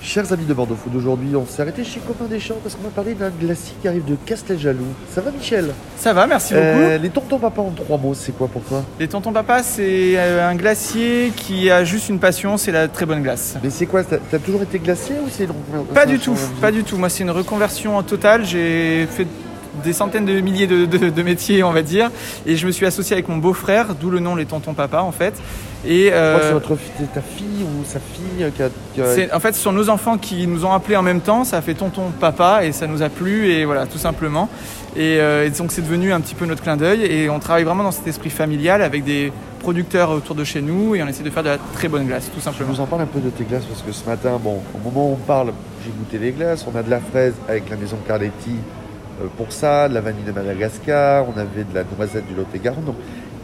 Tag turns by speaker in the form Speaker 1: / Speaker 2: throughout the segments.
Speaker 1: Chers amis de Bordeaux Food, aujourd'hui on s'est arrêté chez Copain des Champs parce qu'on va parler d'un glacis qui arrive de Casteljaloux. Ça va Michel
Speaker 2: Ça va, merci beaucoup.
Speaker 1: Euh, Les tontons papa en trois mots, c'est quoi pour toi
Speaker 2: Les tontons papa, c'est euh, un glacier qui a juste une passion, c'est la très bonne glace.
Speaker 1: Mais c'est quoi T'as t'as toujours été glacier ou c'est donc
Speaker 2: Pas du tout, pas du tout. Moi, c'est une reconversion en totale. J'ai fait des centaines de milliers de, de- de métiers, on va dire, et je me suis associé avec mon beau-frère, d'où le nom les tontons papa, en fait. Et
Speaker 1: Je crois que c'est
Speaker 2: euh,
Speaker 1: votre fi- c'est ta fille ou sa fille qui a. qui a-
Speaker 2: c'est- en fait, ce sont nos enfants qui nous ont appelés en même temps. Ça a fait tonton papa et ça nous a plu et voilà, tout simplement. Et, euh, et donc, c'est devenu un petit peu notre clin d'œil et on travaille vraiment dans cet esprit familial avec des producteurs autour de chez nous et on essaie de faire de la très bonne glace, tout
Speaker 1: Je
Speaker 2: simplement.
Speaker 1: vous en parle un peu de tes glaces parce que ce matin, bon, au moment où on parle, j'ai goûté les glaces. On a de la fraise avec la maison Carletti euh, pour ça, de la vanille de Madagascar, on avait de la noisette du Lot-et-Garonne. Donc,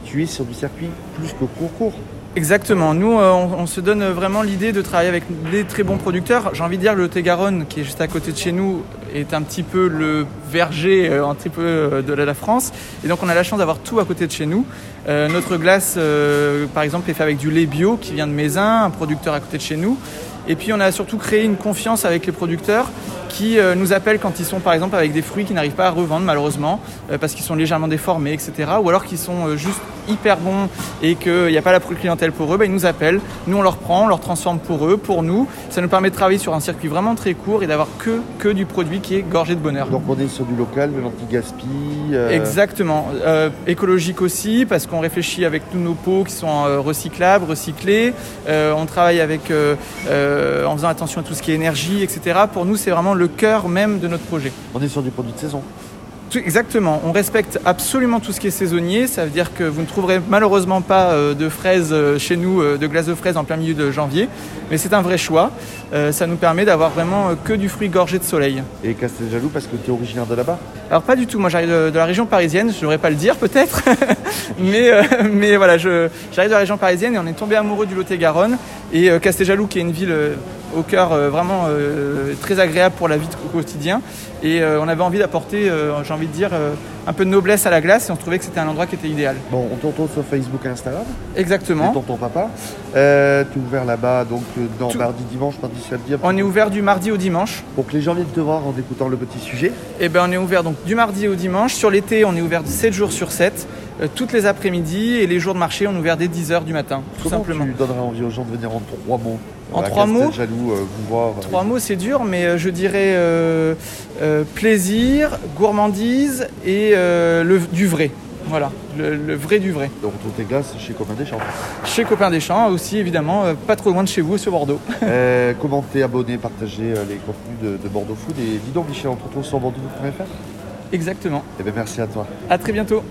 Speaker 1: tu es sur du circuit plus que court-court.
Speaker 2: Exactement. Nous, euh, on, on se donne vraiment l'idée de travailler avec des très bons producteurs. J'ai envie de dire le Lot-et-Garonne, qui est juste à côté de chez nous, est un petit peu le verger euh, un petit peu euh, de la la France. Et donc, on a la chance d'avoir tout à côté de chez nous. Euh, notre glace, euh, par exemple, est faite avec du lait bio qui vient de Mézin, un producteur à côté de chez nous. Et puis, on a surtout créé une confiance avec les producteurs qui euh, nous appellent quand ils sont, par exemple, avec des fruits qu'ils n'arrivent pas à revendre, malheureusement, euh, parce qu'ils sont légèrement déformés, etc. Ou alors qu'ils sont euh, juste hyper bons et qu'il n'y a pas la clientèle pour eux, bah, ils nous appellent. Nous, on leur prend, on leur transforme pour eux, pour nous. Ça nous permet de travailler sur un circuit vraiment très court et d'avoir que, que du produit qui est gorgé de bonheur.
Speaker 1: Donc, on est sur du local, de l'anti-gaspi. euh,
Speaker 2: Exactement. Euh, écologique aussi, parce qu'on réfléchit avec tous nos pots qui sont euh, recyclables, recyclés. Euh, on travaille avec, euh, euh, en faisant attention à tout ce qui est énergie, etc. Pour nous, c'est vraiment le cœur même de notre projet.
Speaker 1: On est sur du produit de saison.
Speaker 2: Tout- Exactement, on respecte absolument tout ce qui est saisonnier, ça veut dire que vous ne trouverez malheureusement pas euh, de fraises euh, chez nous, euh, de glace de fraises en plein milieu de janvier, mais c'est un vrai choix, Euh, ça nous permet d'avoir vraiment euh, que du fruit gorgé de soleil.
Speaker 1: Et Casteljaloux parce que tu es originaire de là-bas.
Speaker 2: Alors pas du tout, moi j'arrive de, de la région parisienne, je devrais pas le dire peut-être, mais, euh, mais voilà, je- j'arrive de la région parisienne et on est tombé amoureux du Lot-et-Garonne et euh, Casteljaloux qui est une ville euh, au cœur euh, vraiment euh, très agréable pour la vie au quotidien et euh, on avait envie d'apporter, euh, j'ai envie de dire, euh, un peu de noblesse à la glace et on trouvait que c'était un endroit qui était idéal.
Speaker 1: Bon, on te retrouve sur Facebook et Instagram.
Speaker 2: Exactement.
Speaker 1: Les tontons papa. Euh, tu es ouvert là-bas, donc euh, dans
Speaker 2: Tout-
Speaker 1: mardi, dimanche, mardi, samedi.
Speaker 2: On est ouvert du mardi au dimanche.
Speaker 1: Pour que les gens viennent te voir en écoutant le petit sujet.
Speaker 2: Eh ben, on est ouvert donc du mardi au dimanche. Sur l'été, on est ouvert 7 jours sur 7, euh, toutes les après-midi et les jours de marché, on est ouvert dès 10h du matin, tout
Speaker 1: Comment
Speaker 2: simplement.
Speaker 1: tu donnerais envie aux gens de venir en trois mots
Speaker 2: En
Speaker 1: Euh, à
Speaker 2: trois mots
Speaker 1: Casteljaloux, euh, vous voir. euh,
Speaker 2: Trois mots, c'est dur, mais euh, je dirais euh, euh, plaisir, gourmandise et euh, le, du vrai. Voilà, le, le vrai du vrai.
Speaker 1: Donc toutes tes glaces chez Copain des Champs.
Speaker 2: Chez Copain des Champs, aussi évidemment, euh, pas trop loin de chez vous, sur Bordeaux.
Speaker 1: euh, commentez, abonnez, partagez euh, les contenus de, de Bordeaux Food. Et dis donc Michel, on te retrouve sur bordeauxfood.fr.
Speaker 2: Exactement.
Speaker 1: Eh bien merci à toi.
Speaker 2: À très bientôt.